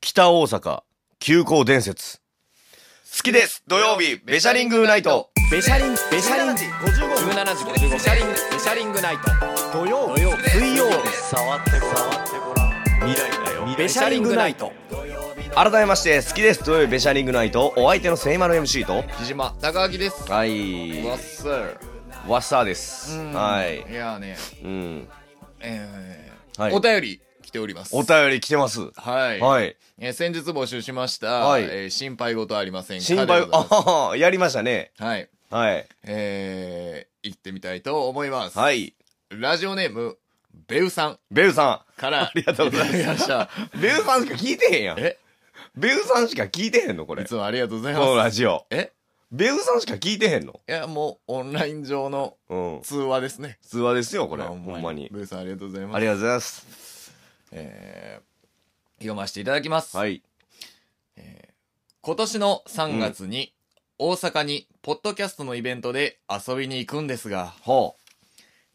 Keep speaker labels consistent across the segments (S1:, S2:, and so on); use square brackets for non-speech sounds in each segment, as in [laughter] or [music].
S1: 北大阪、急行伝説。好きです土曜日、ベシャリングナイト
S2: ベシャリンベシャリン時55分17時55分ベシャリングベシャリングナイト土曜土曜水曜ベシャリングナイト
S1: 改めまして、好きです土曜日、ベシャリングナイトお相手の聖マの MC と、
S3: 木島高明です。
S1: はい、
S3: わっす
S1: ワッサーです。はい。
S3: いやーね、
S1: うん。
S3: えー
S1: はい
S3: お便り来ております。
S1: お便り来てます。
S3: はい。
S1: はい。
S3: えー先日募集しました、
S1: はい
S3: えー心配事ありませんか
S1: 心配
S3: で、ございま
S1: ああ、やりましたね。
S3: すはい。
S1: はい。
S3: えー、行ってみたいと思います。
S1: はい。
S3: ラジオネーム、ベウさん
S1: ベウさ
S3: から。あ
S1: りがとうございます
S3: ました。
S1: ん。ベウさんしか聞いてへんやん。
S3: え
S1: ベウさんしか聞いてへんのこれ。
S3: [laughs] い
S1: こ
S3: つもありがとうござい
S1: の
S3: ま
S1: ラ
S3: す。
S1: ジオ。
S3: え
S1: [laughs] ベウさんしか聞いてへんの
S3: いや、もう、オンライン上の
S1: うん。
S3: 通話ですね。
S1: 通話ですよ、これ。
S3: あ
S1: ほんまに。
S3: ベウさんありがとうございます。
S1: ありがとうございます。
S3: えー読ませていただきます。
S1: はい。
S3: 今年の3月に、大阪にポッドキャストのイベントで遊びに行くんですが、
S1: ほ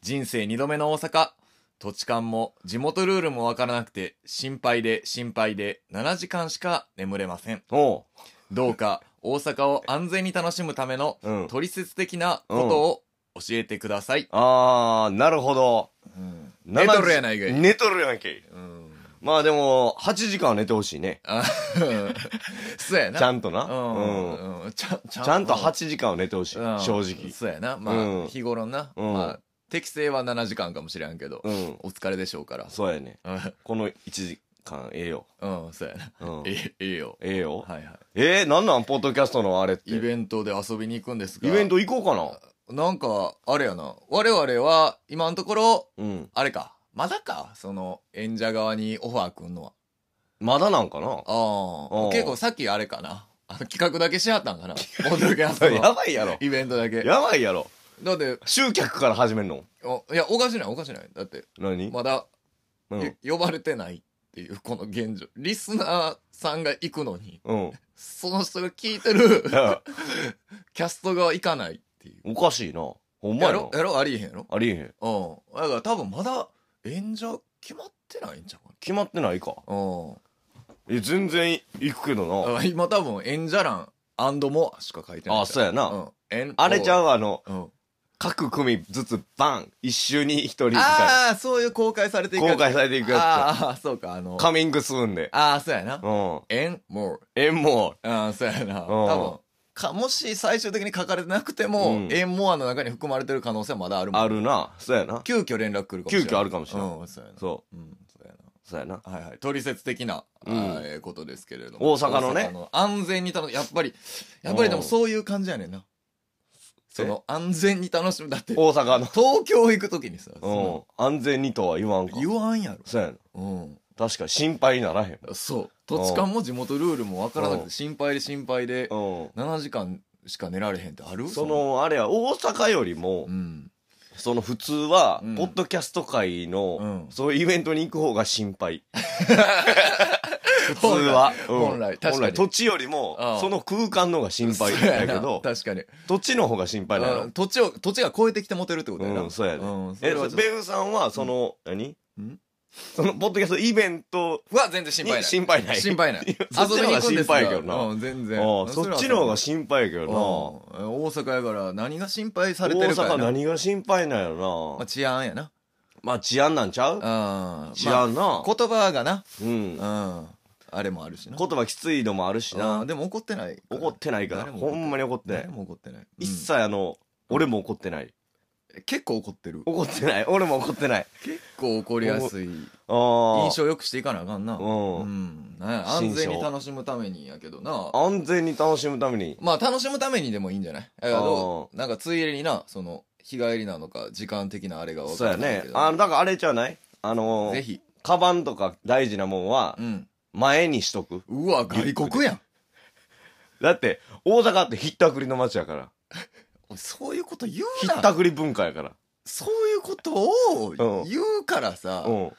S3: 人生2度目の大阪、土地勘も地元ルールもわからなくて、心配で心配で7時間しか眠れません。
S1: う。ほ
S3: どう
S1: [laughs]
S3: か大阪を安全に楽しむための
S1: う。うん。
S3: 取説的なことを教えてください。
S1: あー、なるほど。
S3: うん
S1: 寝
S3: 寝とるやないかい
S1: 寝とるやないかい。
S3: うん。
S1: まあでも、8時間は寝てほしいね。
S3: あ [laughs] そうやな。
S1: ちゃんとな。
S3: う
S1: うん。
S3: ん。うん。ちゃちゃ
S1: ちゃんと
S3: う
S1: 8時間は寝てほしい。
S3: うん
S1: 正直。
S3: そうやなまあ、
S1: うん
S3: 日頃な、
S1: うん
S3: まあ、適正は7時間かもしれんけど、
S1: うん。
S3: お疲れでしょうから
S1: そうやね。
S3: う
S1: この1時間、ええよ。
S3: [laughs] ん、うん、そうやな、
S1: うん。
S3: え
S1: え
S3: えええよ
S1: えよ。
S3: はいは
S1: えー、なんなんポッドキャストのあれって。
S3: いイベントで遊びに行くんですが
S1: イベント行こうかな。
S3: なんかあれやな我々は今のところ
S1: うん。
S3: あれかまだかその演者側にオファーくんのは
S1: まだなんかな
S3: あ
S1: う
S3: あ
S1: ん
S3: 結構さっきあれかなあの企画だけしはったんかなポッドキャスト
S1: [laughs] や
S3: の
S1: ばいやろ。
S3: [laughs] イベントだけ
S1: やばいやろ。
S3: だって
S1: 集客から始めんの
S3: おいやおかしないおかしないだって
S1: 何、
S3: まだ
S1: うん。
S3: よ呼ばれてないっていうこの現状リスナーさんが行くのに
S1: うん。
S3: その人が聞い
S1: [laughs]
S3: てる
S1: いや
S3: キャストが行かないっていう
S1: おかしいな。ほんま
S3: や
S1: や
S3: ろ
S1: ろ
S3: やろありえへんやろ
S1: ありえへん。
S3: うんだから多分まだ演者決まってないんちゃうか
S1: 決まってないか。
S3: なう
S1: え、全然行くけどな。
S3: ん今多分演者欄アンドモアしか書いてない
S1: あ、そうやな。
S3: うんエン
S1: あれちゃ
S3: う
S1: うあの、
S3: うん
S1: 各組ずつバン一周に一人みた
S3: ああそういう公開されて
S1: い
S3: い
S1: な。公開
S3: さ
S1: されていくや
S3: ああそうかあの
S1: つ。カミングスーンで。
S3: ああそうやな
S1: うん。
S3: エンモア
S1: え、も
S3: うん、そうやな。多分か、もし最終的に書かれてなくても、
S1: うん
S3: エンモアの中に含まれてる可能性はまだある
S1: う、
S3: もん。
S1: あるな。そうやな。
S3: 急遽連絡来るかもしれない。
S1: 急遽あるかもしれない
S3: うん、そうやな。
S1: そ
S3: うん、そうやな。
S1: う。そうやな。
S3: はいはい。取説的な、あ
S1: うん
S3: ーえーことですけれども。
S1: 大阪のね
S3: 大安全に楽やっぱり、やっぱりでもそういう感じやねんな。その、安全に楽しむ。だって、
S1: 大阪の。
S3: 東京行くときにさ、その
S1: うん。安全にとは言わんか。
S3: 言わんやろ。
S1: そうやな。
S3: うん。
S1: 確かに心配にならへん。
S3: そう。土地勘も地元ルールもわからなく
S1: うん
S3: て、心配で心配で、
S1: う
S3: 7時間しか寝られへんってある
S1: ん。そ、の、あれは大阪よりも
S3: う、ん。
S1: その普通は
S3: うん、
S1: ポッドキャスト界
S3: う
S1: の、
S3: ん。
S1: そういうイベントに行く方が心配。
S3: 普
S1: 普通は。うん
S3: 本来、確
S1: 本
S3: か
S1: 来
S3: に。
S1: 土地より
S3: う
S1: も
S3: ん、
S1: その空間の方が心配だけど、
S3: [laughs] そうやな確かに。
S1: 土地の方が心配な
S3: う
S1: の
S3: ん。土地を、土地が超えてきてモテるってことやな。
S1: うん、そうやね。
S3: うんそ
S1: え、
S3: れ
S1: そ
S3: は
S1: う
S3: ちょっと
S1: ベウさんは、その、何
S3: ん
S1: その、ポッドキャストイベント
S3: うわ、全然心配ない。
S1: に心配ない。
S3: 心配ない。
S1: や [laughs] そっちの方が
S3: 遊びに行くんで
S1: 心
S3: す
S1: 配やけどな
S3: うん、全然。
S1: ああそっちの方が
S3: 心
S1: 心配やけ
S3: 配
S1: ど
S3: 大阪やから、何が心配さ
S1: な。
S3: れて
S1: 大
S3: るかや
S1: 阪
S3: な。
S1: 何が心配なんやろ
S3: まあ
S1: な。
S3: 治安やな。
S1: まあ治安なんちゃう
S3: うん。
S1: 治安
S3: ま
S1: な
S3: あ。言葉がな。
S1: うん
S3: うん。。あれもあるしな。
S1: 言葉きついのもあるし
S3: う。
S1: なん
S3: でも怒ってないから。
S1: 怒ってないから。
S3: 誰も怒
S1: ほ
S3: ってない
S1: んまに怒ってない
S3: 誰。も怒ってない。
S1: 一切あの、俺も怒ってない。
S3: うん結構怒ってる。
S1: 怒ってない。俺も怒ってない。
S3: 結構怒りやすい。
S1: あ
S3: 印象良くしていかなあかんな。
S1: うん
S3: んね安全に楽しむためにやけどな
S1: あ。。安全に楽しむために。
S3: まあ楽しむためにでもいいんじゃないだからど
S1: う
S3: うなんかついでにな、その、日帰りなのか、時間的なあれが分
S1: そうや
S3: からない
S1: ね
S3: け。ど。
S1: あの、だからあれじゃないあの
S3: ぜ、ひ。
S1: カバンとか大事なもんは
S3: う、ん。
S1: 前にしとく。
S3: うわ、外国やん。
S1: だって、大阪ってひったくりの街やから。
S3: おいそういうこと言
S1: ひ
S3: う
S1: っ
S3: な。
S1: たくり文化やから。
S3: そういうことを言うからさ
S1: う、ん。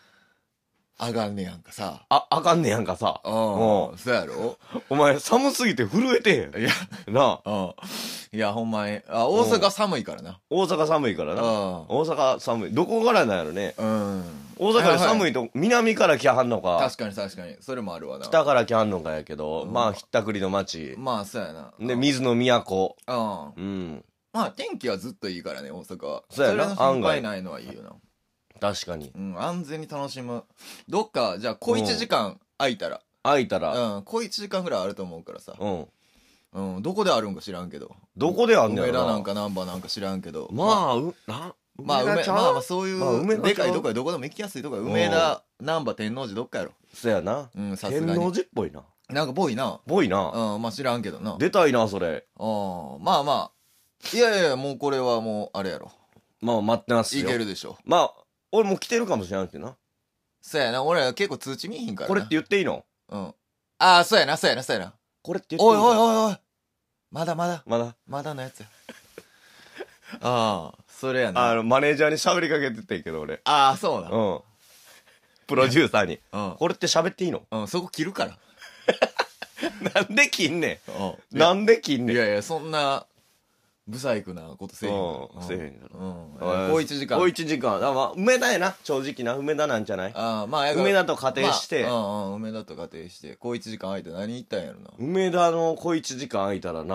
S3: 上がんねやんかさ。
S1: あ、あかんねやんかさ。
S3: うん。
S1: うん
S3: そうやろ
S1: お前、寒すぎて震えてへ
S3: いや、
S1: ん。なあ、
S3: うん。いや、ほんまに。あ、大阪寒いからな。
S1: 大阪寒いからな。大阪寒い。どこからなんやろね。
S3: うん。うん。
S1: 大阪で寒
S3: い。
S1: いと、南から来はんのか、
S3: 確かに確かに。それもあるわな。
S1: 北から来はんのかやけど、
S3: うん
S1: まあ、ひったくりの町。
S3: まあ、そうやな。
S1: で、
S3: うん。
S1: 水の都。
S3: うん。
S1: うん。
S3: まあ、天気はずっといいからね、大阪は。
S1: そうやな
S3: それの心配ないのはいいよな。
S1: 確かに。
S3: うん、安全に楽しむ。どっか、じゃあ、小一時間空いたら。
S1: 空いたら、
S3: うん、小一時間ぐらいあると思うからさ。
S1: うん。
S3: うん、どこであるんか知らんけど。
S1: どこであんねや
S3: 梅
S1: ろ
S3: 田なんか難波なんか知らんけど。
S1: まあ、う、な、
S3: まあ、
S1: 梅
S3: 梅
S1: 田ちゃう
S3: まあまあ、そういう、
S1: まあ梅田ちゃう
S3: でかいとこやどこでも行きやすいとこや。
S1: ん
S3: 梅田、難波、天王寺どっかやろ。
S1: そやな。
S3: うん、さす
S1: 天
S3: が
S1: 王
S3: に。
S1: 寺っぽいな。
S3: なんか、ぽいな。
S1: ぽいな。
S3: うん、まあ知らんけどな。
S1: 出たいな、それ。
S3: うん、まあまあ。いやいやいや、もうこれはもう、あれやろ。
S1: まあ、待ってます
S3: い
S1: よ。
S3: けるでしょ。
S1: まあ、俺もう来てるかもしれんけどな。
S3: そうやな、俺ら結構通知見えひんからな。
S1: これって言っていいの
S3: うん。ああ、そうやな、そうやな、そうやな。
S1: これって言っていい
S3: おい
S1: の
S3: おいおいおい。まだまだ、
S1: まだ。
S3: まだのやつ [laughs] や。ああ、それやな。
S1: あ
S3: あ
S1: の、マネージャーに喋りかけててんけど、俺。
S3: あー、そう
S1: う
S3: だ。
S1: ん。プロデューサーに。
S3: うん
S1: これって喋っていいの
S3: うん、そこ切るから。
S1: [laughs] なんで切んね。
S3: うんん。
S1: なんで切ん
S3: い
S1: ねん。
S3: やいや、そんな、不細工なことせえへんから。
S1: うんせえへんから
S3: うん。小一時間。
S1: お一時間。あまあ、梅田やな。正直な。梅田なんじゃない
S3: ああ、まあ、やから
S1: 梅田と仮定して
S3: まあうんうん、梅田と仮定して。小一時間空いて何言ったんやろな。
S1: 梅田の小一時間空いたらな、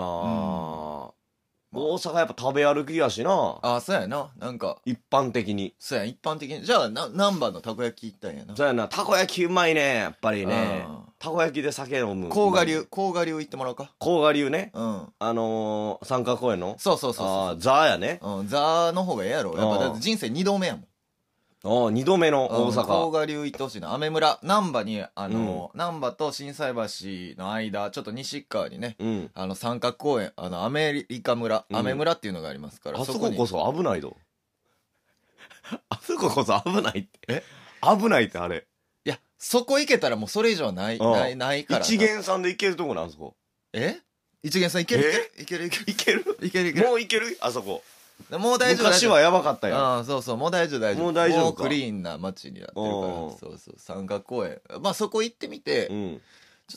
S1: 大阪やっぱ食べ歩きやしな。
S3: ああ、そうやな。なんか、
S1: 一般的に。
S3: そうや、一般的に。じゃあ、な、何番のたこ焼き行ったんやな。
S1: そうやな。たこ焼きうまいね。やっぱりね
S3: うん。
S1: たこ焼きで酒飲む。
S3: 甲賀流、。甲賀流行ってもらおうか。
S1: 甲賀流ね。
S3: うん。
S1: あのー、三角公園の。
S3: そうそうそう
S1: あ
S3: そ
S1: あー、ザーやね。
S3: う。うん、ザの方がええやろ。やっ
S1: うん
S3: ぱ、だって人生二度目やもん。
S1: ああ、二度目の大
S3: うん甲
S1: 阪。
S3: 賀流行ってほしいな。雨村、難波に、あの、難波と心斎橋の間、ちょっと西側にね、
S1: うん。
S3: あの、三角公園、あの、アメリカ村、
S1: うん
S3: アメ村っていうのがありますから、
S1: あそこ
S3: に
S1: こそ危ないど。 [laughs] あそここそ危ないって。え危ないってあれ。
S3: いや、そこ行けたらもうそれ以上はない、
S1: うん
S3: ない、ないからな。
S1: 一元さんで行けるとこなんあそこ。
S3: え一元さんいけるいけるいける
S1: 行ける
S3: いけるいけるいけ
S1: もう行けるあそこ。
S3: る。もう大丈夫。
S1: 昔はやばかったよ。
S3: ああ、そうそう、もう大丈夫大丈夫。
S1: もう大丈夫
S3: もう
S1: か
S3: クリーンな街になってるから
S1: おう。
S3: そうそう、三角公園。まあそこ行ってみて、
S1: う
S3: ちょ
S1: ん。
S3: っ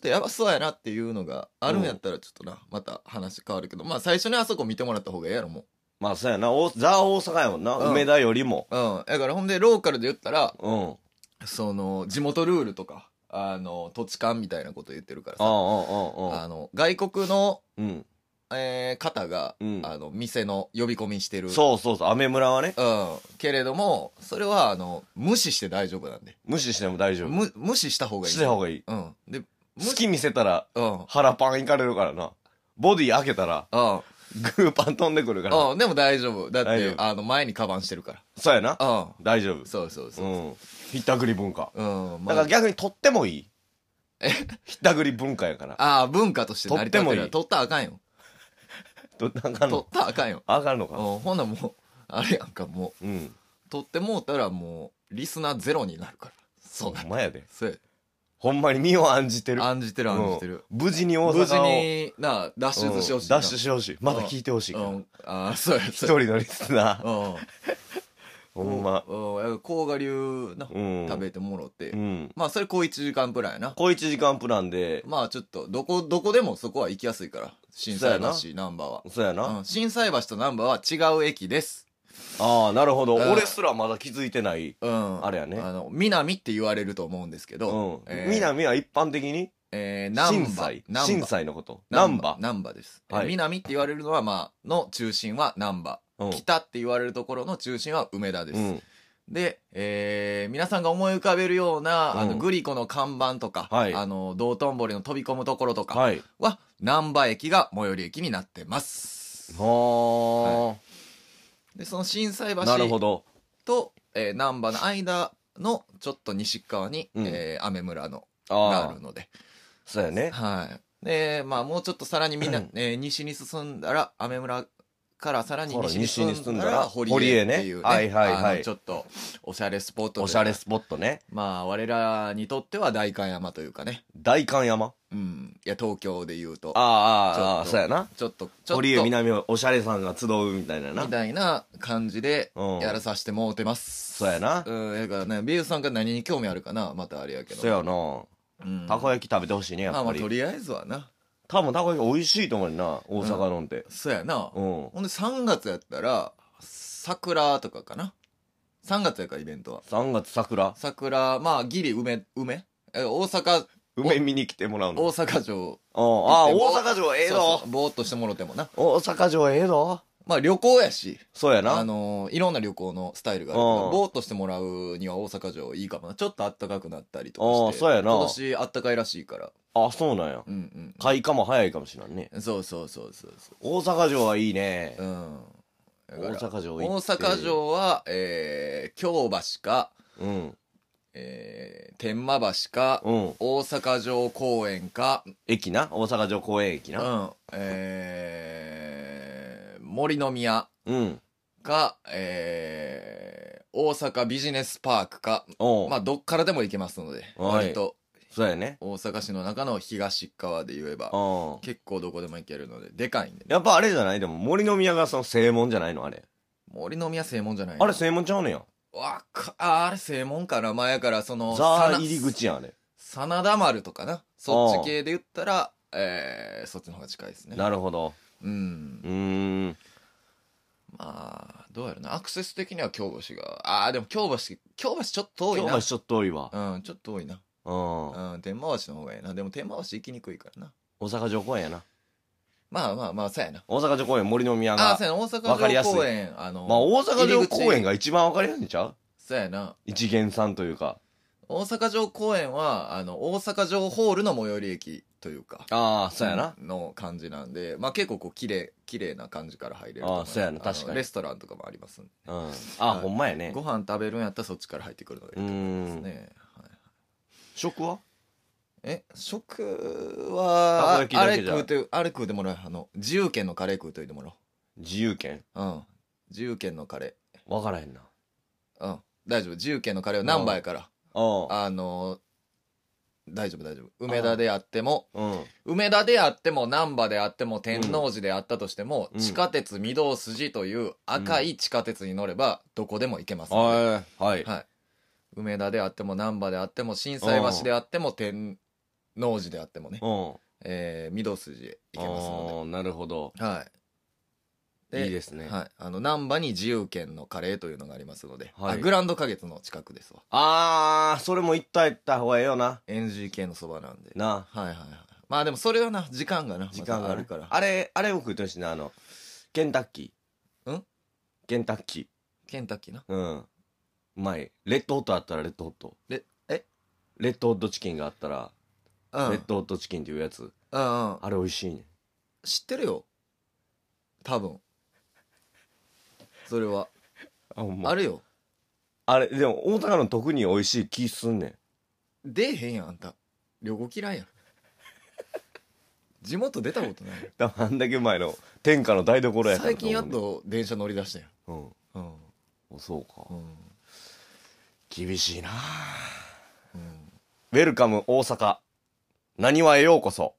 S3: とやばそうやなっていうのがあるんやったらちょっとな、また話変わるけど、まあ最初にあそこ見てもらった方がええやろ、も
S1: まあそうやな。おザ・大阪やもんな。
S3: うん
S1: 梅田よりも。
S3: う。うん。だからほんで、ローカルで言ったら、
S1: うん。あ
S3: その、地元ルールとか、あの、土地勘みたいなこと言ってるから
S1: あ、あ
S3: さ、
S1: あ、ああ
S3: あ。の、外国の、
S1: うん。
S3: えー方が、
S1: うん
S3: あの、店の呼び込みしてる。
S1: そうそうそう。アメ村はね。
S3: うん。けれども、それは、あの、無視して大丈夫なんで。
S1: 無視しても大丈夫。
S3: む無視した方がいい。
S1: した方がいい。
S3: うん。で、無
S1: 好き見せたら
S3: うん。うん。
S1: 腹パンいかれるからな。ボディ開けたら
S3: うん
S1: グーパン飛んでくるから。
S3: うん。でも大丈夫。だっ
S1: 大丈
S3: て、
S1: 夫
S3: あの、前にカバンしてるか
S1: そうやな。
S3: ら。
S1: 大丈夫
S3: うん。。そうそうそう。
S1: うん。ひったくり文化。
S3: うん。ま
S1: だか
S3: あ
S1: ら逆に取ってもいい。ひったくり文化やから。
S3: ああ、文化として成り立ってるから。
S1: 撮
S3: 取ったらあかんよ。
S1: となんかあん
S3: 取
S1: の
S3: ったらあかんよ。
S1: あかんの
S3: うん
S1: か。。
S3: ほんならもう、あれやんか、も
S1: うん。
S3: う、取ってもうたらもう、リスナーゼロになるから。そうな
S1: ほ
S3: る
S1: ん。まやで。
S3: そうや
S1: ほんまに身を案じてる。
S3: 案じてる案じて
S1: うん
S3: る。
S1: 無事に大阪を。
S3: 無事に、なあ、脱
S1: うん
S3: 出してほしいな。
S1: 脱出してほしい。まだ聞いてほしいから。
S3: うん。ああ、そうや、
S1: 一
S3: そうや。
S1: 人のリスナー。
S3: うん。
S1: [laughs] ほんま。
S3: うん、やっぱ甲賀流な、
S1: うん。
S3: 食べてもろって。
S1: うん。
S3: まあ、それ高1時間くらいやな。
S1: 小一時間プランで、
S3: まあ、ちょっと、どこ、どこでもそこは行きやすいから。心斎橋、ナンバーは。
S1: そうやな。
S3: うん、心斎橋とナンバーは違う駅です。
S1: ああ、なるほど。
S3: うん
S1: 俺すらまだ気づいてない。
S3: うん。
S1: あれやね
S3: あの、南って言われると思うんですけ
S1: う
S3: ど
S1: ん。。
S3: えー
S1: 南は一般的に
S3: えー、
S1: 震
S3: 南波
S1: 災。。震災のこと。
S3: 南
S1: 南
S3: 波
S1: 波。。
S3: 南波です。えー
S1: はい
S3: 南って言われるのは、まあ、の中心は南波。
S1: うん
S3: 北って言われるところの中心は梅田です。
S1: うん。
S3: で、えー皆さんが思い浮かべるような、あ
S1: う
S3: の、
S1: ん
S3: グリコの看板とか、
S1: はい
S3: あの、道頓堀の飛び込むところとか
S1: はい。
S3: は、難波駅が最寄り駅になってます。
S1: は
S3: で、その心斎
S1: あ。なるほ
S3: 橋
S1: ど。
S3: と、えー、難波の間のちょっと西側に、
S1: うん
S3: えー雨村の、があ
S1: ああ
S3: る。ので、
S1: そうやね。
S3: はい。で、まあ、もうちょっとさらにみんな、
S1: うん
S3: えー西に進んだら、雨村からさらに西に
S1: 西に
S3: 進
S1: 進
S3: ん
S1: ん
S3: だ
S1: だ
S3: ら、
S1: ら
S3: 堀江っていう、ね、
S1: 堀江ねはいはいはい
S3: あのちょっと、おしゃれスポットで
S1: おしゃれスポットね。
S3: まあ、我らにとっては代官山というかね。
S1: 大観山。
S3: うん。いや、東京で言うと。
S1: ああああああ
S3: ちょっと
S1: そうやな
S3: ちょっと、ちょっと、
S1: 堀江南をおしゃれさんが集うみたいなな
S3: みたいな感じで
S1: うん
S3: やらさせてもうてます。
S1: そうやな
S3: うん、だからね、ビールさんが何に興味あるかな、またあれやけど。
S1: そうやな
S3: うん。
S1: たこ焼き食べてほしいねや
S3: まあ
S1: っ
S3: ま
S1: ぱ
S3: あ、
S1: り
S3: とりあえずはな。
S1: 多分たこ焼き美味しいと思うねんな大阪のんて
S3: そうやな。
S1: う
S3: ほ
S1: ん
S3: んで、3月やったら、桜とかかな。3月やから、イベントは。
S1: 3月桜
S3: 桜、まあ、ギリ梅、梅え大阪、
S1: 梅見に来てもらうの
S3: 大阪城。
S1: うんああ
S3: 行
S1: 大
S3: って
S1: 阪城ええ
S3: そう
S1: ぞ
S3: そうぼーっとしてもろてもな。
S1: 大阪城ええぞ
S3: まあ、旅行やし。
S1: そうや
S3: あ
S1: な
S3: のーいろんな旅行のスタイルがあるから、
S1: うん
S3: ぼーっとしてもらうには大阪城いいかもな。ちょっと暖かくなったりと
S1: う
S3: か
S1: ん
S3: して。
S1: そうやな
S3: 今年暖かいらしいから。
S1: あそうなんや
S3: うん
S1: 開花も早いかもしらんね
S3: うん。そうそうそうそうそ
S1: 大阪城はいいね
S3: う。うん。だから
S1: 大阪城行
S3: 大
S1: って
S3: 阪城は、えー、京橋か、
S1: うん
S3: えー、天満橋か、
S1: うん
S3: 大阪城公園か、
S1: 駅な大阪城公園駅
S3: う、
S1: なん
S3: えー、森の宮
S1: うん
S3: か、えー、大阪ビジネスパークか、
S1: おう
S3: まあ、どっからでも行けますので、
S1: はい
S3: 割と
S1: そうやね
S3: 大阪市の中の東側で言えば、
S1: うん
S3: 結構どこでも行けるので、でかいんでね。
S1: やっぱあれじゃないでも森の宮がその正門じゃないのあれ
S3: 森の宮正門じゃないの
S1: あれ正門ちゃうのや
S3: わか、ああれ正門かな前やから、その、
S1: ザ
S3: さな
S1: 入り。口やんあれ
S3: 真田丸とかな。そっち系で言ったら、えー、そっちの方が近いですね。
S1: なるほど
S3: うん
S1: う。ーん
S3: まあ、どうやろな。アクセス的には京橋が。ああ、でも京橋、京橋ちょっと遠い
S1: 今
S3: な
S1: 日。ちょっと多いわ
S3: うん、ちょっと多いな。
S1: うん大
S3: うん、天満橋の方がええな。でも天満橋行きにくいからな。
S1: 阪城公園やな
S3: まあまあまあ、そうやな。
S1: 大阪城公園森の宮
S3: ああ、
S1: が
S3: そうやな。大
S1: わかり
S3: 阪
S1: やす
S3: 城
S1: い
S3: 公園、あの、
S1: まあ大阪城公園
S3: が。
S1: が一番わかりやすいんちゃう
S3: そうやな。
S1: 一元さんというか
S3: 大阪城公園は、あの、大阪城ホールの最寄り駅というか。
S1: ああ
S3: の感じなんで、まあ結構こう綺麗綺麗な感じから入れると思います
S1: あーそうやな
S3: の
S1: 確かに
S3: レストランとかもありますんで、
S1: うんあほんまやね
S3: ご飯食べるんやったらそっちから入ってくるのがいいと思いますね、はい、
S1: 食は
S3: え食
S1: たこ
S3: は
S1: 焼き
S3: ああ
S1: だ
S3: れ
S1: けじゃ
S3: 食うてあれ食うてもらうあの自由軒のカレー食うといてもら
S1: 自由券
S3: おううん自由軒のカレ
S1: わからへんな
S3: ーうん大丈夫自由軒のカレーは何杯から
S1: う
S3: あのー大丈夫大丈夫梅田であっても
S1: んうん
S3: 梅田であっても難波であっても天王寺であったとしても、
S1: うん
S3: 地下鉄御堂筋という赤い地下鉄に乗ればどこでも行けますので、
S1: はいはい
S3: はい、梅田であっても難波であっても心斎橋であっても天王寺であってもね、
S1: うん
S3: えー、御堂筋へ行けますの
S1: あーなるほど
S3: ではい
S1: いいですね
S3: はい、あの難波に自由軒のカレーというのがありますので、
S1: はい
S3: あグランド花月の近くですわ
S1: あーそれも行った行った方がええよな
S3: NGK のそばなんで
S1: な
S3: はいはいはいまあでもそれはな時間がな
S1: 時間が
S3: また
S1: あ
S3: あ
S1: る
S3: る
S1: か
S3: からら
S1: あれあれを食うとほしいなあのケンタッキー
S3: ん
S1: ケンタッキー
S3: ケンタッキーな
S1: うん。うまい。レッドホットあったらレッドホット。
S3: レえ
S1: レッドホットチキンがあったら、
S3: うん
S1: レッドホットチキンっていうやつ。
S3: うんうん
S1: あれ美味しいね。
S3: 知ってるよ多分それは
S1: あ、ほん
S3: あ
S1: あれ
S3: るよ
S1: あれ、でも大阪の特に美味しい気すんねん。
S3: 出えへんやんあんた旅行嫌いやん地元出たことないよ
S1: だからあんだけ前の天下の台所やから
S3: 最近やっ
S1: 思
S3: と電車乗り出したやん
S1: うねん。
S3: うん
S1: うん。そうか
S3: う。ん
S1: 厳しいな
S3: うん
S1: ウェルカム大阪。何はへようこそ。